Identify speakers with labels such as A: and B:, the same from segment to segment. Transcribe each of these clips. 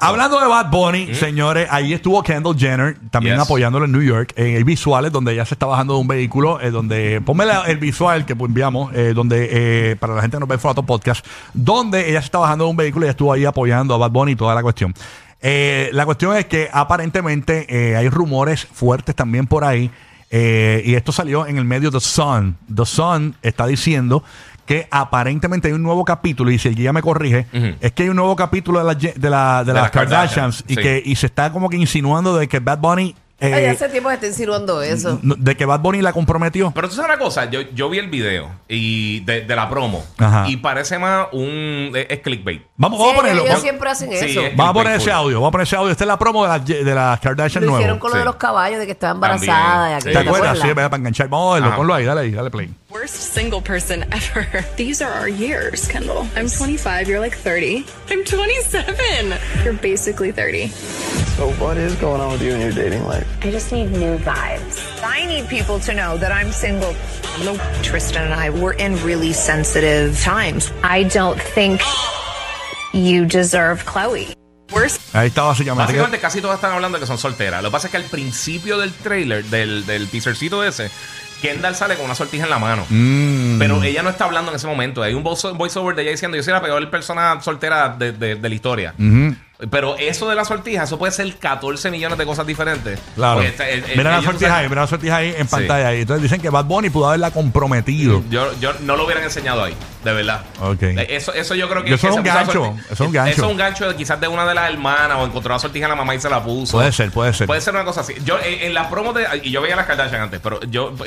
A: Hablando de Bad Bunny, señores, ahí estuvo Kendall Jenner también
B: Yes.
A: apoyándolo en New York. En hay visuales donde ella se está bajando de un vehículo, eh, donde ponme la- el visual que enviamos, eh, donde eh, para la gente que nos ve en Foto Podcast, donde ella se está bajando de un vehículo y ella estuvo ahí apoyando a Bad Bunny y toda la cuestión. Eh, la cuestión es que aparentemente eh, hay rumores fuertes también por ahí eh, y esto salió en el medio The Sun. The Sun está diciendo que aparentemente hay un nuevo capítulo y si el guía me corrige, es que hay un nuevo capítulo de la, ye- de la, de
B: De
A: las,
B: las
A: Kardashians,
B: Kardashians,
A: y
B: sí.
A: que y se está como que insinuando de que Bad Bunny eh,
C: Ay, hace tiempo que está insinuando eso.
A: no- de que Bad Bunny la comprometió.
B: Pero tú sabes una cosa, yo, yo vi el video y de, de la promo
A: Ajá.
B: y parece más un es, es clickbait.
A: Vamos,
C: Sí,
A: vamos a ponerlo.
C: ellos
A: Vamos,
C: siempre hacen
B: Sí,
C: eso.
B: es-
A: vamos a poner ese
B: Clickbait full.
A: audio, vamos a poner ese audio. Esta es la promo de las ye- de las Kardashians
C: Lo hicieron
A: nuevas.
C: con lo de
B: Sí.
C: los caballos, de que estaba embarazada.
B: También,
C: de
A: ¿Te
B: sí.
C: aquello,
A: acuerdas? Sí, para enganchar. Vamos a verlo,
B: Ajá.
A: ponlo ahí, dale ahí, dale play.
D: Worst single person ever. These are our years, Kendall. I'm 25, you're like 30. I'm 27. You're basically 30.
E: So what is going on with you and your dating life?
F: I just need new vibes.
G: I need people to know that I'm single. Tristan and I were in really sensitive times.
F: I don't think you deserve Chloe.
D: Worst
A: Ahí está básicamente.
B: Básicamente casi todas están hablando de que son solteras. Lo que pasa es que al principio del trailer, del, del teasercito ese, Kendall sale con una sortija en la mano.
A: Mm.
B: Pero ella no está hablando en ese momento. Hay un voice- voiceover de ella diciendo, yo soy la peor persona soltera de, de- de la historia. Pero eso de la sortija, eso puede ser 14 millones de cosas diferentes.
A: Claro.
B: Porque está- el- el-
A: mira la
B: ellos no
A: sortija
B: saben-
A: ahí, mira la sortija ahí en pantalla. ahí. Entonces dicen que Bad Bunny pudo haberla comprometido.
B: Mm, Yo, yo no lo hubieran enseñado ahí, de verdad.
A: Ok.
B: Eh, Eso, eso yo creo que
A: Eso
B: que
A: es
B: se
A: un
B: puso la
A: gancho,
B: sorti-
A: eso es un gancho.
B: Eso es un gancho de, quizás de una de las hermanas o encontró la sortija en la mamá y se la puso.
A: Puede ser, puede ser.
B: Puede ser una cosa así. Yo eh, en las promos de. Y yo veía las Kardashian antes, pero yo.
A: ¡Eh!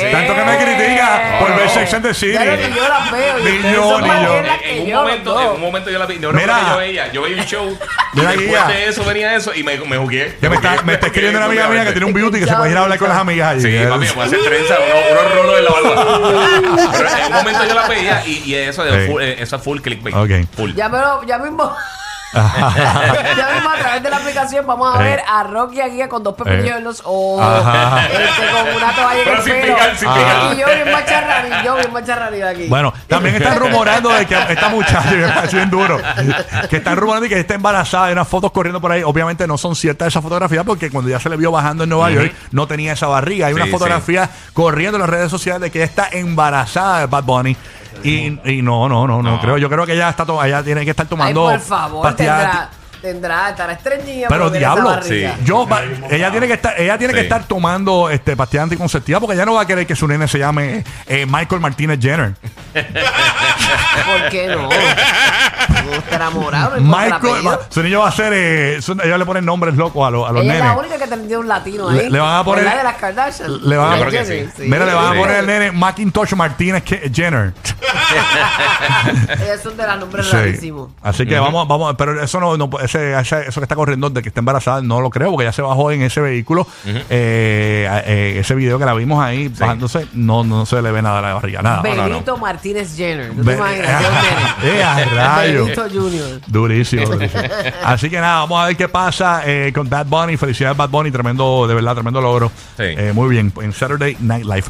B: Sí, sí.
A: Tanto que me critica
B: No,
A: por ver
B: no.
A: Sex and the City.
C: Claro que yo las veo. y
A: Ni
C: ustedes
A: yo,
C: son
A: ni
C: más
A: yo.
C: bien las que
B: En un,
C: yo, los
B: momento,
C: dos.
B: en un momento yo la vi. Yo
A: Mira.
B: recuerdo que yo veía, yo veía un show. y
A: Mira,
B: después
A: guía.
B: de eso venía eso y me, me jugué.
A: Que me está, me está escribiendo una amiga mía que tiene un beauty que se puede ir a hablar con las amigas allí.
B: Sí, papi, pues. me puede hacer trenza, unos unos rolos en la barba. Pero en un momento yo la veía y, y eso, de
A: Sí.
B: full, eh, eso es full clickbait.
A: Ok.
B: Full.
C: Ya, me lo- ya mismo. ya mismo a través de la aplicación vamos a
A: Eh.
C: ver a Rocky aquí con dos pepinillos
A: Eh.
C: en los ojos,
A: Ajá.
C: este, con una toalla en
B: Pero
C: el
B: sin
C: pelo.
B: picar, sin picar.
C: Y yo bien macharrani, yo bien macharrani aquí.
A: Bueno, también están rumorando de que esta muchacha, me parece bien duro, que están rumorando de que está embarazada, hay unas fotos corriendo por ahí. Obviamente no son ciertas esas fotografías porque cuando ya se le vio bajando en Nueva York no tenía esa barriga. Hay una
B: Sí,
A: fotografía corriendo en las redes sociales de que ella está embarazada de Bad Bunny. Y, y no, no, no, no,
B: No.
A: creo. Yo creo que ella está to- ella tiene que estar
C: Ay,
A: tomando
C: por favor,
A: pastillas
C: tendrá, tendrá, estará estreñida.
A: Pero
C: por ver esa
A: diablo,
C: barriga.
B: Sí.
A: yo va- ella tiene que estar, ella tiene que
B: Sí.
A: estar tomando este pastilla anticonceptiva porque ella no va a querer que su nene se llame eh, Michael Martínez Jenner.
C: ¿Por qué no? No estará morado, no importa el
A: Michael,
C: apellido.
A: va- su niño va a ser, eh, su- ellos le ponen nombres locos a, los- a los
C: Ella es la
A: nenes.
C: única que tendría un latino ahí.
A: Le- le van a poner-
C: ¿Verdad? de las Kardashian.
A: Le van a-
C: Ay,
B: Yo creo que
C: Jenny,
B: sí.
A: Mira, le van
B: Sí.
A: a poner el nene Macintosh Martínez Ke- Jenner.
C: Eso es de los nombres
A: Sí.
C: rarísimos.
A: Así que vamos, vamos, pero eso no, no ese- ese- eso que está corriendo de que está embarazada, no lo creo, porque ya se bajó en ese vehículo, eh, a- eh, ese video que la vimos ahí bajándose, no, no se le ve nada a la barriga, nada.
B: no, no.
C: Benito Martínez Jenner. ¿No
A: Ve-
C: te imaginas? Yo, Jenner.
A: Eh, a rayos.
C: Benito Junior.
A: Durísimo, durísimo. Así que nada, vamos a ver qué pasa eh, con Bad Bunny. Felicidades, Bad Bunny. Tremendo, de verdad, tremendo logro.
B: Sí.
A: Eh, muy bien, en Saturday Night Live.